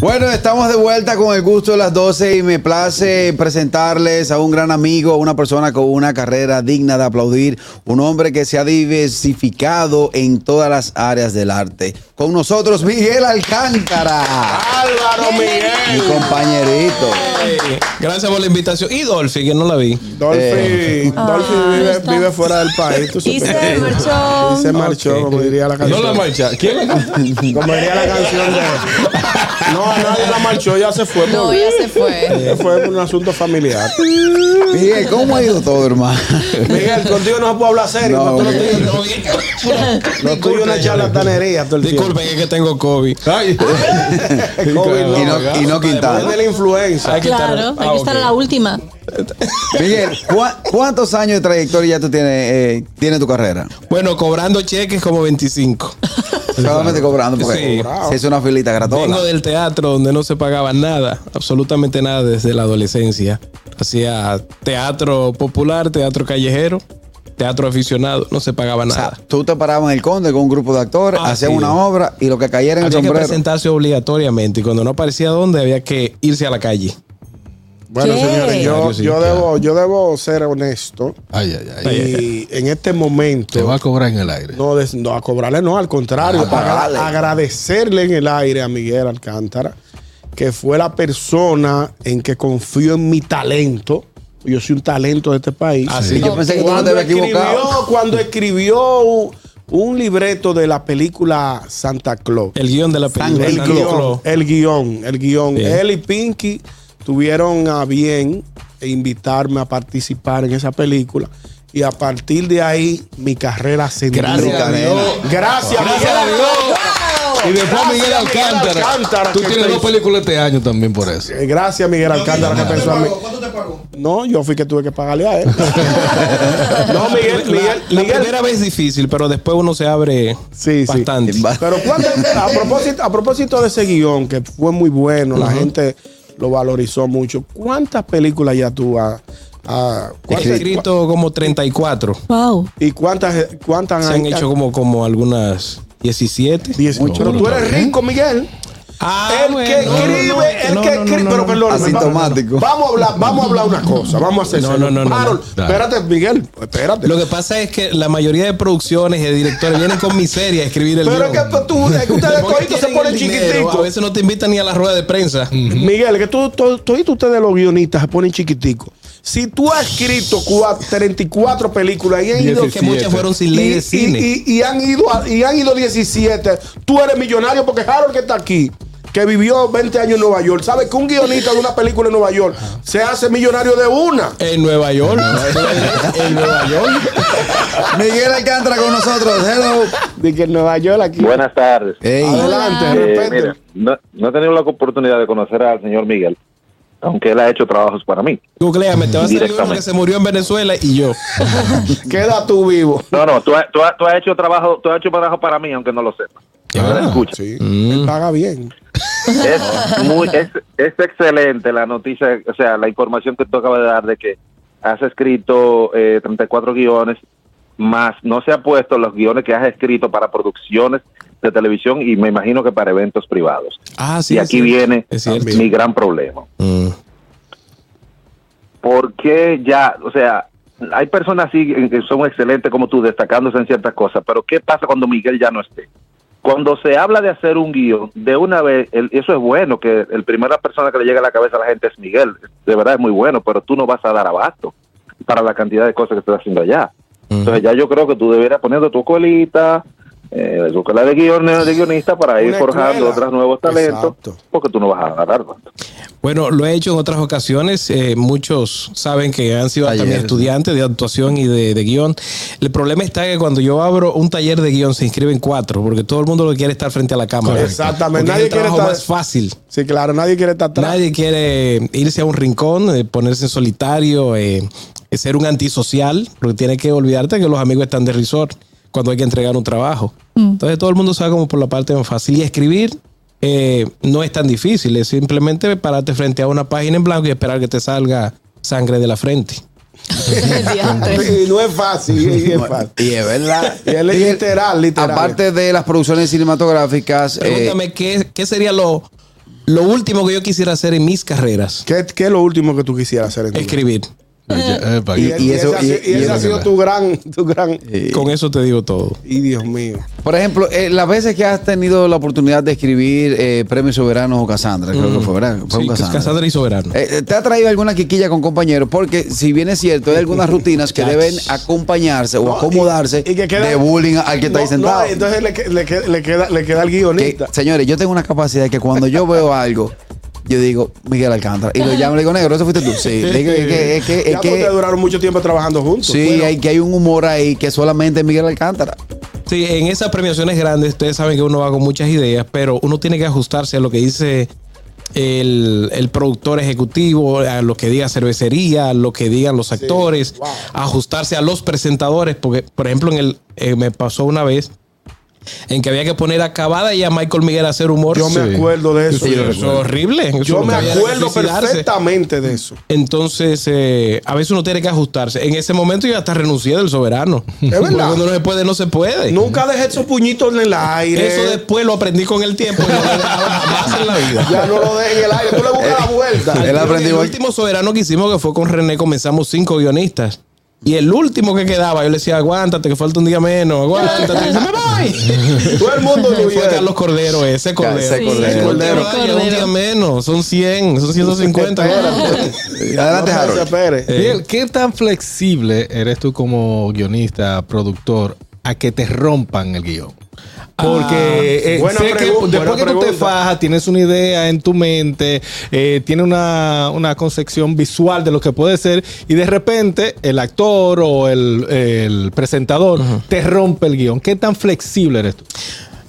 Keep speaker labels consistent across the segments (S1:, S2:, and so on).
S1: Bueno, estamos de vuelta con el gusto de las 12 y me place presentarles a un gran amigo, a una persona con una carrera digna de aplaudir, un hombre que se ha diversificado en todas las áreas del arte. Con nosotros, Miguel Alcántara,
S2: Álvaro
S1: mi
S2: Miguel.
S1: compañerito.
S3: Ey, Gracias por la invitación. Y Dolphy, que no la vi.
S2: Dolphy,
S1: Eh,
S2: Dolphy
S4: Ah,
S2: vive,
S4: está.
S2: vive fuera del país. tú
S4: Y
S2: supiste.
S4: se marchó.
S2: Y se marchó,
S3: Ok.
S2: como diría la
S3: No
S2: canción.
S3: la marcha. ¿Quién?
S2: como diría la canción de. No, a nadie la marchó, ya se fue.
S4: No,
S2: por-
S4: ya se fue.
S2: se fue por un asunto familiar.
S1: Miguel, ¿cómo ha ido todo, hermano?
S2: Miguel, contigo no se puede hablar serio.
S1: No,
S2: No, tú lo
S1: Miguel.
S2: tuyo- lo tuyo es una charlatanería todo el tiempo.
S3: Disculpen, es que tengo COVID. Ay.
S2: El COVID
S1: Y
S2: no.
S1: no, y no
S2: Es
S1: Quintana.
S2: de la influenza.
S3: Hay que estar-
S4: Claro, hay
S3: ah,
S4: que estar a
S3: ok.
S4: la última.
S1: Miguel, ¿cuá- ¿cuántos años de trayectoria ya tú tienes, eh, tiene tu carrera?
S3: Bueno, cobrando cheques como 25.
S1: Solamente cobrando, porque
S3: Sí.
S1: se hizo una filita gratosa.
S3: Vengo del teatro donde no se pagaba nada, absolutamente nada desde la adolescencia. Hacía teatro popular, teatro callejero, teatro aficionado, no se pagaba
S1: O sea,
S3: nada.
S1: tú te parabas en el conde con un grupo de actores,
S3: Ah,
S1: hacías
S3: sí.
S1: una obra y lo que cayera en el
S3: había que
S1: sombrero.
S3: presentarse obligatoriamente y cuando no aparecía dónde había que irse a la calle.
S2: Bueno,
S4: ¿Qué?
S2: señores, yo,
S5: Claro, sí,
S2: yo
S5: claro.
S2: debo, yo debo ser honesto.
S5: Ay, ay, ay.
S2: Y en
S5: Te
S2: este momento.
S5: va a cobrar en el aire. Ah,
S2: No, des- no, a cobrarle no, al contrario, agra- agradecerle en el aire a Miguel Alcántara, que fue la persona en que confío en mi talento. Yo soy un talento de este país.
S5: Ah,
S3: Así
S1: Y yo pensé que tú no te
S2: Cuando
S1: habías equivocado.
S2: escribió, cuando escribió un, un libreto de la película Santa Claus.
S3: El guión de la película.
S2: El
S3: Santa
S2: guión,
S3: Claus.
S2: el guión, el guión.
S3: Sí.
S2: Él y Pinky tuvieron a bien invitarme a participar en esa película. Y a partir de ahí, mi carrera ascendió.
S3: Gracias
S1: a Dios.
S2: Gracias,
S3: Gracias a
S2: Miguel
S3: Dios.
S2: Alcántara.
S5: Y después
S2: Gracias,
S5: Miguel Alcántara.
S2: Alcántara,
S5: Tú
S2: que
S5: tienes
S2: te-
S5: dos películas este año también por eso.
S2: Eh, Gracias, Miguel Alcántara, que pensó a mí. No, yo fui que tuve que pagarle a él. no, Miguel,
S3: La-
S2: Miguel,
S3: la,
S2: Miguel.
S3: primera vez es difícil, pero después uno se abre
S2: Sí, sí.
S3: bastante.
S2: Pero cuando, a, propósito, a propósito de ese guión, que fue muy bueno, la gente lo valorizó mucho. ¿Cuántas películas ya tú has has-
S3: He
S2: cuántas-
S3: escrito como 34.
S4: Wow.
S2: ¿Y cuántas, cuántas
S3: Se han hecho como, como algunas 17.
S2: 18. Pero tú eres rico, Miguel.
S3: ¿eh? Ah,
S2: el
S3: bueno.
S2: que
S3: No, no,
S2: escribe,
S3: no,
S2: el
S3: no,
S2: que
S3: no,
S2: escribe.
S3: no,
S2: pero
S3: no.
S2: perdón,
S1: Asintomático.
S2: Vamos a hablar, vamos a hablar una cosa. Vamos a hacer.
S3: No, no, no, no,
S2: Harold,
S5: no.
S2: espérate, Miguel, espérate.
S3: Lo que pasa es que la mayoría de producciones y de directores vienen con miseria a escribir el
S2: pero es
S3: guión.
S2: que tú, es que ustedes
S3: Porque
S2: toditos se
S3: quieren
S2: ponen
S3: el dinero, A
S2: chiquiticos.
S3: veces no te invitan ni a la rueda de prensa.
S5: Mm.
S2: Miguel, que tú, to- todito ustedes los guionistas se ponen chiquiticos. Si tú has escrito cua- 34 películas y han ido,
S3: Que muchas fueron sin ley
S2: y,
S3: de cine.
S2: y- y- y han ido a- y han ido 17, tú eres millonario porque Harold que está aquí, que vivió 20 años en Nueva York, sabe que un guionista de una película en Nueva York se hace millonario de una.
S3: En Nueva York. en Nueva York.
S1: Miguel Alcántara con nosotros. Hello.
S2: De que en Nueva York aquí.
S6: Buenas tardes.
S1: Ey,
S2: Adelante,
S4: Hola.
S6: Eh,
S2: respete.
S6: mira, no, no he tenido la oportunidad de conocer al señor Miguel, aunque él ha hecho trabajos para mí.
S3: Googleame, te va a salir uno
S6: Directamente.
S3: que se murió en Venezuela y yo.
S2: Queda tú vivo.
S6: No, no, tú, ha- tú ha- tú has hecho trabajo, tú has hecho trabajo para mí, aunque no lo sepas.
S3: Ah,
S6: Escucha,
S2: Sí, él paga bien.
S6: es, muy, es, es excelente la noticia, o sea, la información que tú acabas de dar de que has escrito eh, 34 guiones, más no se ha puesto los guiones que has escrito para producciones de televisión y me imagino que para eventos privados.
S3: Ah, sí.
S6: y
S3: es
S6: aquí
S3: cierto.
S6: viene
S3: Es cierto.
S6: mi gran problema.
S3: Mm.
S6: porque ya, o sea, hay personas así en que son excelentes como tú, destacándose en ciertas cosas, pero ¿qué pasa cuando Miguel ya no esté? Cuando se habla de hacer un guión, de una vez, el- eso es bueno, que el primera persona que le llega a la cabeza a la gente es Miguel, de verdad es muy bueno, pero tú no vas a dar abasto para la cantidad de cosas que estás haciendo allá. Entonces ya yo creo que tú deberías poniendo tu colita, eh, tu cola de, guiones, de guionista para ir
S2: Una
S6: forjando
S2: escuela.
S6: otros nuevos talentos,
S2: Exacto.
S6: porque tú no vas a dar abasto.
S3: Bueno, lo he hecho en otras ocasiones. eh, muchos saben que han sido hasta mis
S1: Talleres,
S3: estudiantes de actuación y de, de guión. El problema está que cuando yo abro un taller de guión se inscriben cuatro, porque todo el mundo lo que quiere es estar frente a la cámara.
S2: Exactamente,
S3: Porque
S2: nadie
S3: es el
S2: quiere
S3: trabajo
S2: estar-
S3: más fácil.
S2: Sí, claro, nadie quiere estar atrás.
S3: Nadie quiere irse a un rincón, eh, ponerse en solitario, eh, ser un antisocial, porque tienes que olvidarte que los amigos están de resort cuando hay que entregar un trabajo. Entonces todo el mundo sabe como por la parte más fácil. Y escribir eh, no es tan difícil, es simplemente pararte frente a una página en blanco y esperar que te salga sangre de la frente.
S4: Diantre.
S2: Y no es fácil. Y es fácil.
S1: Y es verdad.
S2: Y es literal, literal.
S1: Aparte de las producciones cinematográficas, eh,
S3: Pregúntame qué, qué sería lo, lo último que yo quisiera hacer en mis carreras.
S2: ¿Qué, qué es lo último que tú quisieras hacer en tu vida?
S3: Escribir.
S5: Epa,
S1: Y-
S5: que-
S2: Y, y,
S1: y
S2: eso,
S1: eso-
S2: ha sido-
S1: y-
S2: y ese
S1: y-
S2: ha sido tu gran, tu gran.
S3: Con eso te digo todo.
S2: Y Dios mío.
S1: por ejemplo, eh, las veces que has tenido la oportunidad de escribir eh, Premios Soberanos o Cassandra, creo que fue, ¿verdad? Fue un
S3: Mm. Sí,
S1: Cassandra.
S3: Cassandra y Soberano.
S1: Eh, eh, ¿Te ha traído alguna quiquilla con compañeros? Porque si bien es cierto, hay algunas rutinas que deben acompañarse o
S2: No,
S1: acomodarse
S2: y- y que queda-
S1: de bullying al que está ahí
S2: No, no,
S1: sentado.
S2: entonces le, que- le que- le queda, le queda al
S1: Que,
S2: guionista.
S1: señores, yo tengo una capacidad que cuando yo veo algo, yo digo, Miguel Alcántara. Y lo llamo y le digo, negro, ¿eso fuiste tú? Sí. Le digo, es que... Es que, es
S2: ya
S1: que-
S2: porque duraron mucho tiempo trabajando juntos.
S1: sí,
S2: Bueno,
S1: hay, que hay un humor ahí que solamente Miguel Alcántara.
S3: Sí, en esas premiaciones grandes, ustedes saben que uno va con muchas ideas, pero uno tiene que ajustarse a lo que dice el, el productor ejecutivo, a lo que diga cervecería, a lo que digan los actores,
S2: wow.
S3: ajustarse a los presentadores, porque, por ejemplo, en el eh, me pasó una vez en que había que poner acabada y a Michael Miguel a hacer humor.
S2: Yo me
S3: Sí.
S2: acuerdo de eso.
S3: Eso es horrible. Eso
S2: Yo
S3: lo que
S2: me
S3: había
S2: acuerdo
S3: que suicidarse.
S2: perfectamente de eso.
S3: Entonces, eh, a veces uno tiene que ajustarse. En ese momento yo hasta renuncié del soberano.
S2: Es verdad.
S3: Porque Cuando no se puede, no se puede.
S2: Nunca dejé esos puñitos en el aire.
S3: Eso después lo aprendí con el tiempo. y no lo he dejado jamás en la vida.
S2: Ya no lo dejé en el aire. Tú le buscas la
S1: Eh,
S2: vuelta.
S1: Él
S3: Creo que
S1: aprendió
S3: el
S1: ahí.
S3: último soberano que hicimos, que fue con René, comenzamos cinco guionistas. Y el último que quedaba, yo le decía, aguántate, que falta un día menos, aguántate. Y dice, ¡Me voy!
S2: Todo el mundo lo
S3: Fue Carlos Cordero, ese Cordero.
S1: Ese
S3: Sí,
S1: Cordero.
S3: ese Cordero.
S4: Cordero.
S3: Lleva Un día menos, son 100, son 150.
S1: Adelante, Harold. Eh.
S2: Harold.
S5: Miguel, ¿qué tan flexible eres tú como guionista, productor, a que te rompan el guión? Porque eh,
S2: buena
S5: sé
S2: pregunta,
S5: que después
S2: buena
S5: que tú te
S2: pregunta.
S5: fajas, tienes una idea en tu mente, eh, tienes una, una concepción visual de lo que puede ser, y de repente el actor o el, el presentador te rompe el guión. ¿Qué tan flexible eres tú?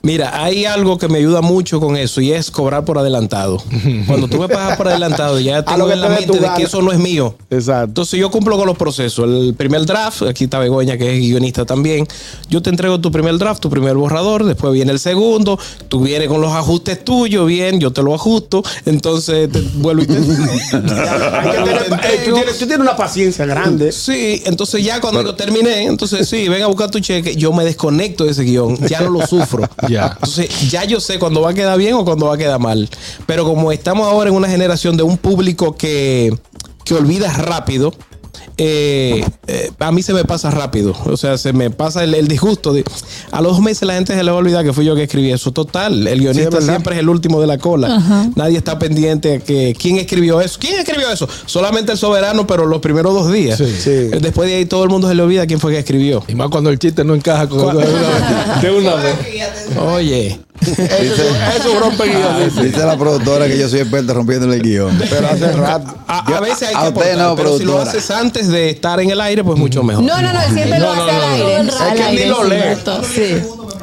S3: Mira, hay algo que me ayuda mucho con eso y es cobrar por adelantado. Cuando tú me pagas por adelantado, ya
S2: lo
S3: tengo
S2: que
S3: en la
S2: te dé tu
S3: mente de
S2: gana.
S3: que eso no es mío.
S2: Exacto.
S3: Entonces yo cumplo con los procesos. El primer draft, aquí está Begoña, que es guionista también. Yo te entrego tu primer draft, tu primer borrador, después viene el segundo, tú vienes con los ajustes tuyos, bien, yo te lo ajusto, entonces te vuelvo y te...
S2: Hay que tener- eh, tú, tienes, tú tienes una paciencia grande.
S3: Sí, entonces ya cuando lo terminé, entonces sí, ven a buscar tu cheque, yo me desconecto de ese guión, ya no lo sufro.
S5: Ya.
S3: Entonces ya yo sé cuándo va a quedar bien o cuándo va a quedar mal. Pero como estamos ahora en una generación de un público que, que olvida rápido, eh, eh, a mí se me pasa rápido. O sea, se me pasa el, el disgusto. de- a los dos meses la gente se le va a olvidar que fui yo que escribí eso. Total, el guionista
S2: verdad.
S3: siempre es el último de la cola. Nadie está pendiente a que quién escribió eso. ¿Quién escribió eso? Solamente el soberano, pero los primeros dos días.
S2: Sí.
S3: Eh, Después de ahí todo el mundo se le olvida quién fue que escribió.
S5: Y más cuando el chiste no encaja con de una vez. De una vez.
S3: Oye.
S2: Eso, eso rompe guiones.
S1: Ah, Dice la productora que yo soy experto rompiéndole el guión.
S2: Pero hace rato.
S3: A, a
S1: Yo-
S3: veces hay
S1: a
S3: que
S1: usted
S3: aportar,
S1: no,
S3: pero si lo
S1: productora.
S3: haces antes de estar en el aire, pues mucho mejor.
S4: No, no, no, él siempre lo
S3: No, no,
S4: hace al
S3: no,
S4: aire.
S7: no.
S4: Al
S7: Es que
S4: aire,
S7: ni lo
S4: sí,
S7: lee.
S4: doctor, Sí.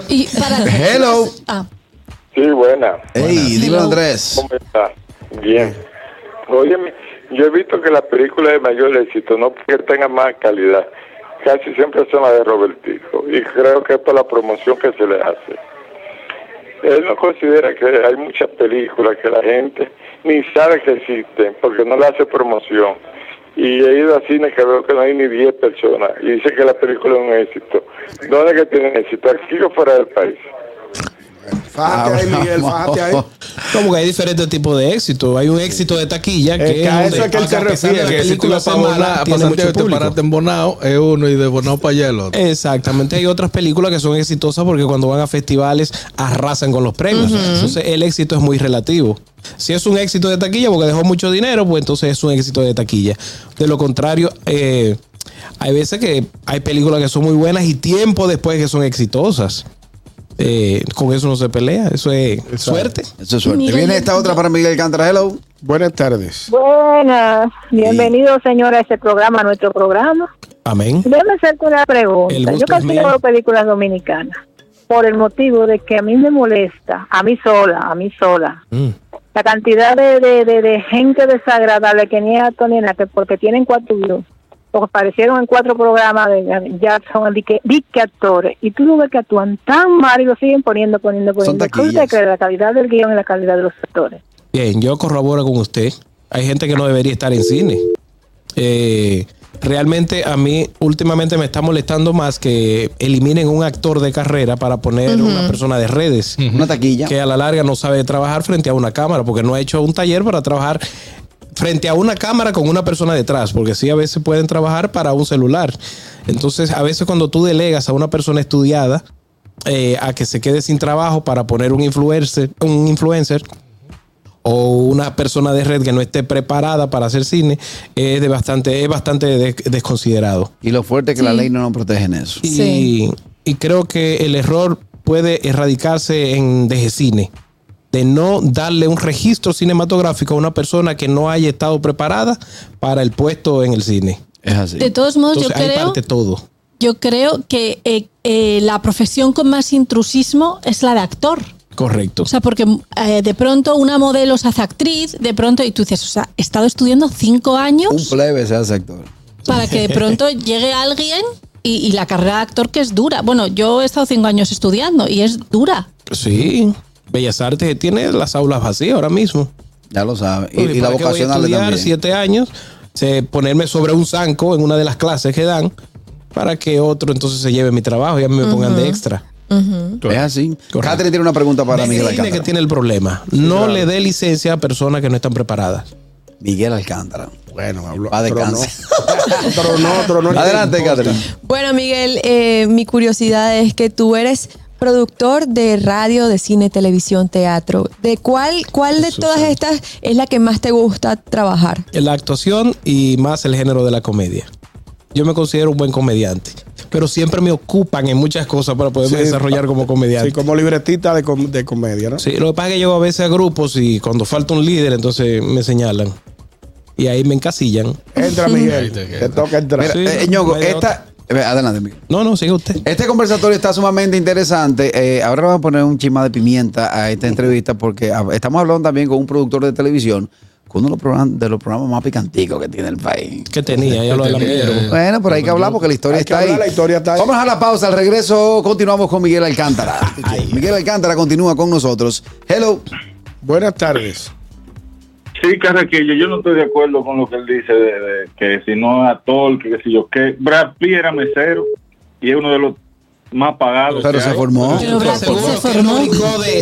S4: Y para
S1: Hello.
S4: Ah,
S8: Sí, buena.
S1: Ey, dime Andrés.
S8: ¿Cómo está? Bien. Óyeme, yo he visto que las películas de mayor éxito, no porque tengan más calidad, casi siempre son las de Robertico. Y creo que es por la promoción que se le hace. Él no considera que hay muchas películas que la gente ni sabe que existen porque no le hace promoción. Y he ido a cine que veo que no hay ni 10 personas y dice que la película es un éxito. ¿Dónde es que tiene éxito? ¿Aquí o fuera del país?
S1: Ah,
S2: Fájate ahí, Miguel, fájate ahí.
S3: Como que hay diferentes tipos de éxito. Hay un éxito de taquilla
S2: Es
S3: que
S2: que a
S3: donde
S2: eso es que él se
S3: pasa, a pesar
S2: refiere,
S3: de la
S5: Que si tú
S3: película
S5: ibas
S3: ser
S5: para
S3: mala,
S5: Bonao,
S3: tiene
S5: para
S3: mucho
S5: Santiago, te
S3: público.
S5: paraste en Bonao, es uno, y de Bonao para allá el otro.
S3: Exactamente, hay otras películas que son exitosas porque cuando van a festivales arrasan con los premios. Entonces el éxito es muy relativo. Si es un éxito de taquilla porque dejó mucho dinero, pues entonces es un éxito de taquilla. De lo contrario, eh, hay veces que hay películas que son muy buenas y tiempo después que son exitosas. Eh, con eso no se pelea, eso es suerte.
S1: Eso es suerte. Viene esta otra para Miguel Alcántara. Hello.
S2: Buenas tardes.
S7: Buenas, bienvenidos señora a este programa, a nuestro programa.
S3: Amén.
S7: Déjame hacerte una
S3: El
S7: pregunta.
S3: gusto
S7: Yo
S3: es
S7: casi
S3: mío.
S7: no veo películas dominicanas por el motivo de que a mí me molesta, a mí sola, a mí sola,
S3: Mm.
S7: la cantidad de, de, de, de gente desagradable que ni es acto ni nada, que porque tienen cuatro views, porque aparecieron en cuatro programas de ya son di que, di que actores, y tú lo ves que actúan tan mal y lo siguen poniendo, poniendo,
S1: Son
S7: poniendo. ¿Qué usted
S1: taquillas.
S7: cree de la calidad del guión y la calidad de los actores?
S3: Bien, yo corroboro con usted. Hay gente que no debería estar en cine. Eh, realmente a mí últimamente me está molestando más que eliminen un actor de carrera para poner una persona de redes
S1: Una taquilla.
S3: que a la larga no sabe trabajar frente a una cámara porque no ha hecho un taller para trabajar frente a una cámara con una persona detrás, porque sí a veces pueden trabajar para un celular. Entonces, a veces cuando tú delegas a una persona estudiada eh, a que se quede sin trabajo para poner un influencer, un influencer o una persona de red que no esté preparada para hacer cine, es de bastante, es bastante des- desconsiderado.
S1: Y lo fuerte es que la
S4: Sí.
S1: ley no nos protege en eso.
S3: Y,
S4: Sí.
S3: y creo que el error puede erradicarse en desde cine de no darle un registro cinematográfico a una persona que no haya estado preparada para el puesto en el cine.
S1: Es así.
S4: De todos modos,
S3: Entonces
S4: yo
S3: ahí
S4: creo,
S3: parte todo.
S4: yo creo que eh, eh, la profesión con más intrusismo es la de actor.
S3: Correcto.
S4: O sea, porque eh, de pronto una modelo se hace actriz, de pronto, y tú dices, o sea, he estado estudiando cinco
S1: Un
S4: años
S1: plebe se hace actor.
S4: para que de pronto llegue alguien y, y la carrera de actor que es dura. Bueno, yo he estado cinco años estudiando y es dura.
S3: sí. Bellas Artes tiene las aulas vacías ahora mismo.
S1: Ya lo sabe. Y,
S3: Porque
S1: y la
S3: ¿para qué voy a
S1: vocacional
S3: estudiar
S1: también.
S3: siete años, se- ponerme sobre un zanco en una de las clases que dan para que otro entonces se lleve mi trabajo y a mí me pongan de extra.
S1: Es así. Catherine tiene una pregunta para
S3: Decirle
S1: Miguel
S3: que
S1: Alcántara.
S3: tiene el problema. No le dé licencia a personas que no están preparadas.
S1: Miguel Alcántara.
S2: Bueno, habló.
S1: Va de
S2: tronó.
S1: cáncer.
S2: Tronó, tronó.
S1: Adelante, Catherine.
S9: Bueno, Miguel, eh, mi curiosidad es que tú eres productor de radio, de cine, televisión, teatro. ¿De cuál, cuál de todas estas es la que más te gusta trabajar?
S3: La actuación y más el género de la comedia. Yo me considero un buen comediante, pero siempre me ocupan en muchas cosas para poderme
S2: Sí,
S3: desarrollar como
S2: Sí,
S3: comediante.
S2: como libretita de, com- de comedia, ¿no?
S3: Sí, lo que pasa es que llego a veces a grupos y cuando falta un líder, entonces me señalan. Y ahí me encasillan.
S2: Entra, Miguel. Te toca entrar.
S1: Mira,
S3: Sí,
S1: eh,
S3: no,
S1: Ñongo,
S3: no hay de
S1: esta. eh, Adelante, Miguel.
S3: No, no, sigue usted.
S1: Este conversatorio está sumamente interesante. Eh, ahora le vamos a poner un chima de pimienta a esta entrevista porque ah, estamos hablando también con un productor de televisión, con uno de los programas, de los programas más picanticos que tiene el país.
S3: ¿Qué tenía? Ya lo de la mierda.
S1: Bueno, pero hay que hablar porque la historia
S2: Hay que
S1: está ahí.
S2: hablar, la historia está ahí.
S1: Vamos a la pausa. Al regreso continuamos con Miguel Alcántara. Miguel Alcántara continúa con nosotros. Hello.
S2: Buenas tardes.
S8: Sí, Carraquillo, yo no estoy de acuerdo con lo que él dice de, de que si no es actor, que qué sé yo qué. Brad Pitt era mesero y es uno de los más pagados.
S1: Pero
S8: que
S1: se
S8: hay.
S1: formó.
S4: Pero Brad Pitt se formó.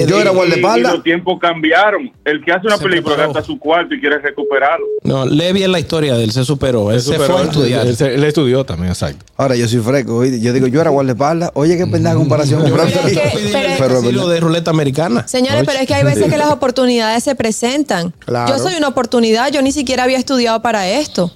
S1: Yo era
S8: Y-
S1: guardaespaldas.
S8: y Los tiempos cambiaron. El que hace una
S3: Se
S8: película
S3: preparó.
S8: gasta su cuarto y quiere recuperarlo.
S3: No, lee bien la historia de él, se superó. Él se fue a estudiar.
S5: Él, se- él estudió también, exacto.
S1: Ahora yo soy fresco. ¿oíste? Yo digo, yo era guardaespaldas. Oye, qué pendeja comparación con Brad
S9: Pero
S1: Pitt.
S9: es que- pero es-
S1: Pero es
S3: Sí, lo
S1: verdad.
S3: de ruleta americana.
S9: Señores, pero es que hay veces que las oportunidades se presentan.
S2: Claro.
S9: Yo soy una oportunidad, yo ni siquiera había estudiado para esto.